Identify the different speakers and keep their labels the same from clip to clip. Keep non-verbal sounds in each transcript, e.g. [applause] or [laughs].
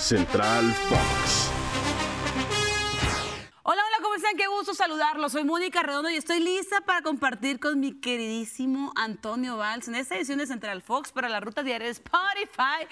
Speaker 1: Central Fox.
Speaker 2: Hola, hola, ¿cómo están? Qué gusto saludarlos. Soy Mónica Redondo y estoy lista para compartir con mi queridísimo Antonio Valls en esta edición de Central Fox para la ruta diaria de Spotify,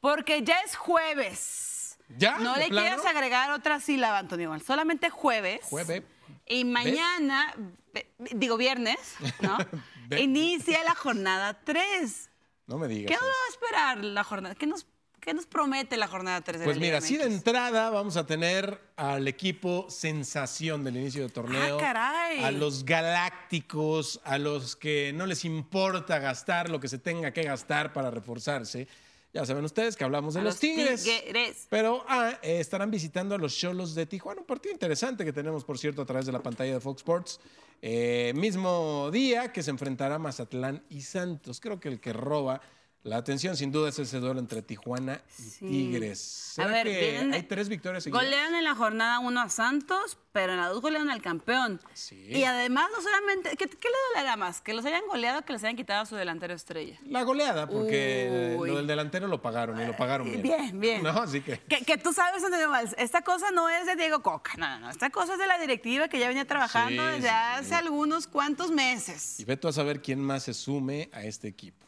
Speaker 2: porque ya es jueves.
Speaker 3: ¿Ya?
Speaker 2: No
Speaker 3: ¿De
Speaker 2: le
Speaker 3: plano?
Speaker 2: quieras agregar otra sílaba, Antonio Valls. Solamente jueves.
Speaker 3: Jueves.
Speaker 2: Y mañana, ve- digo viernes, ¿no?
Speaker 3: [laughs] Ve-
Speaker 2: Inicia la jornada 3.
Speaker 3: No me digas.
Speaker 2: ¿Qué nos
Speaker 3: eso.
Speaker 2: va a esperar la jornada? ¿Qué nos, qué nos promete la jornada 3 de
Speaker 3: Pues
Speaker 2: la
Speaker 3: mira,
Speaker 2: Liga
Speaker 3: así de
Speaker 2: MX?
Speaker 3: entrada vamos a tener al equipo sensación del inicio del torneo.
Speaker 2: Ah, caray.
Speaker 3: A los galácticos, a los que no les importa gastar lo que se tenga que gastar para reforzarse. Ya saben ustedes que hablamos de
Speaker 2: A
Speaker 3: los,
Speaker 2: los
Speaker 3: tigres,
Speaker 2: Tigres.
Speaker 3: Pero ah, eh, estarán visitando a los Cholos de Tijuana. Un partido interesante que tenemos, por cierto, a través de la pantalla de Fox Sports. Eh, mismo día que se enfrentará Mazatlán y Santos. Creo que el que roba la atención, sin duda, es ese duelo entre Tijuana y
Speaker 2: Sí.
Speaker 3: Tigres.
Speaker 2: A
Speaker 3: ¿Será
Speaker 2: ver,
Speaker 3: que
Speaker 2: vienen de-
Speaker 3: hay tres victorias seguidas?
Speaker 2: Golean en la jornada 1 a Santos, pero en la 2 golean al campeón.
Speaker 3: Ah, Sí.
Speaker 2: Y además, no solamente. ¿Qué, qué le dolerá más? ¿Que los hayan goleado o que les hayan quitado a su delantero estrella?
Speaker 3: La goleada, porque
Speaker 2: Uy.
Speaker 3: lo del delantero lo pagaron y lo pagaron bien.
Speaker 2: Bien, bien.
Speaker 3: [laughs] No, así que.
Speaker 2: Que, que tú sabes, Antonio Valls, esta cosa no es de Diego Coca, no, no, no. Esta cosa es de la directiva que ya venía trabajando
Speaker 3: Sí,
Speaker 2: desde
Speaker 3: sí,
Speaker 2: hace
Speaker 3: sí.
Speaker 2: algunos cuantos meses.
Speaker 3: Y ve tú a saber quién más se sume a este equipo.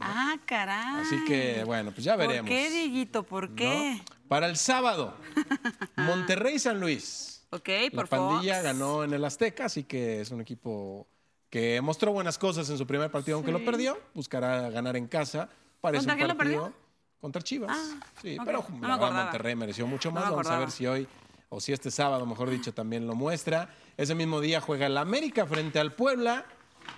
Speaker 2: Ah, caray.
Speaker 3: Así que, bueno, pues ya
Speaker 2: ¿Por
Speaker 3: veremos.
Speaker 2: qué, Dieguito? ¿Por
Speaker 3: ¿no?
Speaker 2: qué?
Speaker 3: Para
Speaker 2: [laughs]
Speaker 3: el sábado, Monterrey-San Luis.
Speaker 2: Ok,
Speaker 3: La
Speaker 2: por
Speaker 3: pandilla
Speaker 2: Fox.
Speaker 3: ganó en el Azteca, así que es un equipo que mostró buenas cosas en su primer partido, aunque lo perdió. Buscará ganar en casa. Parece
Speaker 2: ¿Contra
Speaker 3: un
Speaker 2: quién lo
Speaker 3: partido
Speaker 2: perdió?
Speaker 3: contra Chivas.
Speaker 2: Ah,
Speaker 3: sí,
Speaker 2: ok.
Speaker 3: pero
Speaker 2: No me
Speaker 3: la verdad,
Speaker 2: acordaba.
Speaker 3: Monterrey mereció mucho más.
Speaker 2: me
Speaker 3: Vamos a ver
Speaker 2: acordaba.
Speaker 3: si hoy o si este sábado, mejor dicho, también lo muestra. Ese mismo día juega el América frente al Puebla.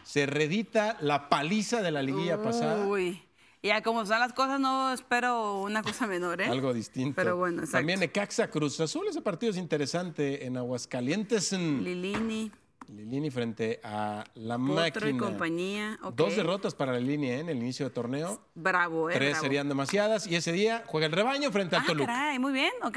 Speaker 3: Se redita la paliza de la liguilla pasada.
Speaker 2: Uy. Ya como están las cosas, no espero una cosa menor, ¿eh?
Speaker 3: Algo distinto.
Speaker 2: Pero bueno, exacto.
Speaker 3: También Necaxa Cruz Azul, ese partido es interesante en Aguascalientes. en-
Speaker 2: Lilini,
Speaker 3: Lilini frente a la
Speaker 2: Potro
Speaker 3: máquina.
Speaker 2: y compañía. ok.
Speaker 3: Dos derrotas para Lilini ¿eh? en el inicio de torneo.
Speaker 2: Bravo, ¿eh?
Speaker 3: Tres
Speaker 2: bravo.
Speaker 3: serían demasiadas. Y ese día juega el rebaño frente al
Speaker 2: Ah,
Speaker 3: Toluca.
Speaker 2: caray, muy bien, ok.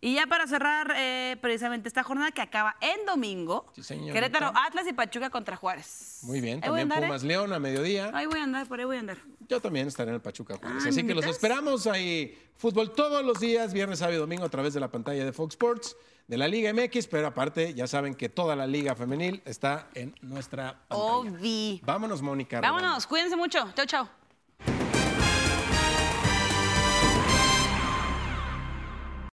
Speaker 2: Y ya para cerrar eh, precisamente esta jornada que acaba en domingo,
Speaker 3: Sí, señorita.
Speaker 2: Querétaro, Atlas y Pachuca contra Juárez.
Speaker 3: Muy bien.
Speaker 2: Ahí voy a
Speaker 3: También
Speaker 2: andar, ¿eh?
Speaker 3: Pumas León a mediodía.
Speaker 2: Ahí voy a andar, por ahí voy a andar.
Speaker 3: Yo también estaré en el Pachuca Juárez.
Speaker 2: Ah,
Speaker 3: Así
Speaker 2: ¿me
Speaker 3: que los
Speaker 2: invitas?
Speaker 3: esperamos ahí. Fútbol todos los días, viernes, sábado y domingo a través de la pantalla de Fox Sports, de la Liga MX. Pero aparte, ya saben que toda la Liga Femenil está en nuestra pantalla.
Speaker 2: Obi.
Speaker 3: Vámonos, Mónica. Redondo.
Speaker 2: Vámonos, cuídense mucho. Chao, chao.